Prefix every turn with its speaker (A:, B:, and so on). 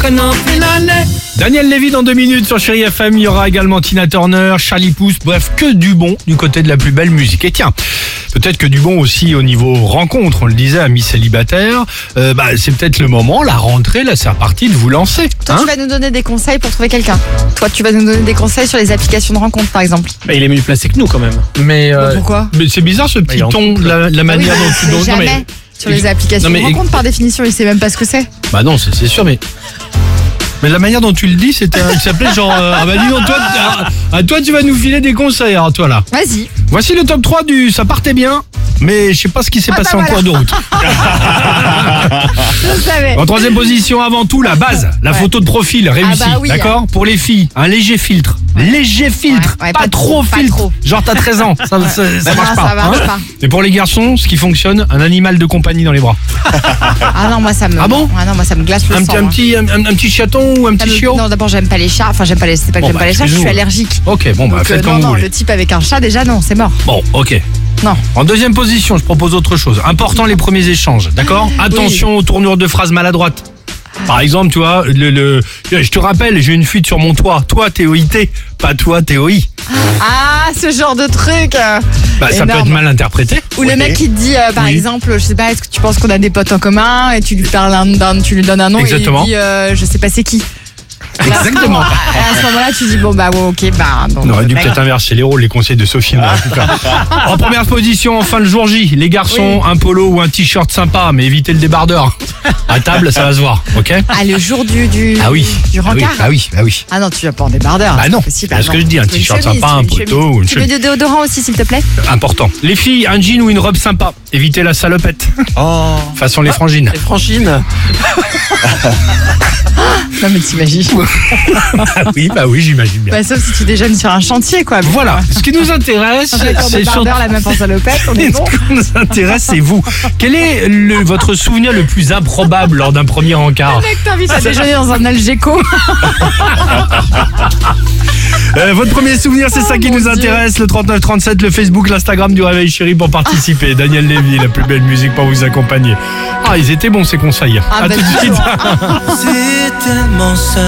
A: qu'on en fait l'année.
B: Daniel Lévy dans deux minutes sur Chéri FM. Il y aura également Tina Turner, Charlie Pouce. Bref, que du bon du côté de la plus belle musique. Et tiens, peut-être que du bon aussi au niveau rencontre. On le disait, amis célibataires. Euh, bah, c'est peut-être le moment, la rentrée, là, c'est reparti de vous lancer.
C: Toi,
B: hein
C: tu vas nous donner des conseils pour trouver quelqu'un. Toi, tu vas nous donner des conseils sur les applications de rencontres, par exemple.
D: Bah, il est mieux placé que nous quand même.
B: mais, euh,
C: Pourquoi
B: mais c'est bizarre ce petit
D: il est en
B: ton, la, la manière
C: Ah Oui,
B: dont tu.
C: mais
B: non,
C: jamais
B: mais-
C: sur les applications
B: Non, mais-
C: de rencontres, par définition, il sait même pas ce que c'est.
B: Bah non, c'est c'est sûr, mais. Mais la manière dont tu le dis, c'était, il s'appelait genre, euh, ah bah dis donc, toi, t- ah, ah, toi, tu vas nous filer des conseils, alors toi là.
C: Vas-y.
B: Voici le top 3 du ça partait bien, mais je sais pas ce qui s'est
C: Ah bah
B: passé en
C: voilà.
B: cours de route.
C: Je le savais.
B: En troisième position, avant tout, la base, la
C: Ouais.
B: photo de profil réussie,
C: Ah bah oui.
B: d'accord Pour les filles, un léger filtre, léger filtre,
C: Ouais, ouais,
B: pas,
C: pas
B: trop
C: trop, pas
B: filtre,
C: trop.
B: genre t'as 13 ans, ça, ça- ça
C: Non,
B: marche pas.
C: Ah, ça marche
B: hein.
C: pas.
B: Et pour les garçons, ce qui fonctionne, un animal de compagnie dans les bras.
C: Ah non, moi ça me.
B: Ah bon
C: Ah non, moi ça me glace le
B: Un,
C: sang.
B: petit- un
C: moi.
B: petit, un, un petit chaton ou un
C: Ça
B: petit
C: me-
B: chiot
C: Non, d'abord j'aime pas les chats. Enfin, j'aime pas les. C'est pas que
B: Bon,
C: j'aime
B: bah,
C: pas les chats. Je suis
B: excuse-nous.
C: allergique.
B: Ok, bon bah
C: Donc,
B: faites
C: euh,
B: comme
C: non,
B: vous
C: non,
B: voulez.
C: le type avec un chat déjà non, c'est mort.
B: Bon, ok.
C: Non.
B: En deuxième position, je propose autre chose. Important les premiers échanges, d'accord Attention aux tournures de phrases maladroites. Par exemple, tu vois, le, le- je te rappelle, j'ai une fuite sur mon toit. Toi, t'es OIT, pas toi, t'es OI.
C: Ah, ce genre de truc. euh,
B: Bah, ça peut
C: énorme.
B: être mal interprété.
C: Ou le mec qui te dit, euh, par
B: Oui.
C: exemple, je sais pas, est-ce que tu penses qu'on a des potes en commun et tu lui parles un, d'un- tu lui donnes un nom
B: Exactement.
C: et il dit, euh, je sais pas c'est qui.
B: Exactement.
C: Et à ce moment-là, tu dis bon bah ouais, ok bah bon.
B: On aurait dû
C: bah,
B: peut-être inverser les rôles, les conseils de Sophie. on aurait pu faire. en première position, en fin de jour J, les garçons, un polo ou un t-shirt sympa, mais évitez le débardeur. À table, ça va se voir, ok
C: Ah le jour du du
B: Ah oui.
C: du
B: ah oui,
C: rencard.
B: ah oui, ah oui.
C: Ah non, tu vas pas en débardeur.
B: Bah
C: c'est
B: non,
C: pas possible,
B: c'est ce
C: non.
B: que je dis, un
C: Tu veux une
B: t-shirt
C: chemise,
B: sympa, un
C: tu veux une
B: poteau,
C: chemise.
B: une
C: Tu veux
B: chemise.
C: du déodorant aussi, s'il te plaît
B: Important. Les filles, un jean ou une robe sympa. Évitez la salopette.
D: Oh.
B: Façon les frangines.
D: Les Franchine.
C: Non, mais t'imagines.
B: Ah oui, bah oui, j'imagine bien.
C: Bah, sauf si tu déjeunes sur un chantier, quoi.
B: Voilà. Ce qui nous intéresse,
C: Avec en
B: c'est surtout.
C: débardeur, la même en salopette, on est bon.
B: Ce qui nous intéresse, c'est vous. Quel est le, votre souvenir le plus improbable lors d'un premier encart
C: Mec, t'invites à déjeuner dans un Algeco.
B: Euh, Votre premier souvenir, c'est ça
C: Oh,
B: qui
C: mon
B: nous
C: Dieu.
B: intéresse. Le 3937, le Facebook, l'Instagram du Réveil Chéri pour participer. Daniel Lévy, la plus belle musique pour vous accompagner. Ah, ils étaient bons ces conseils.
C: Ah,
B: à
C: bah,
B: tout de suite.
C: toujours.
E: C'est tellement ça.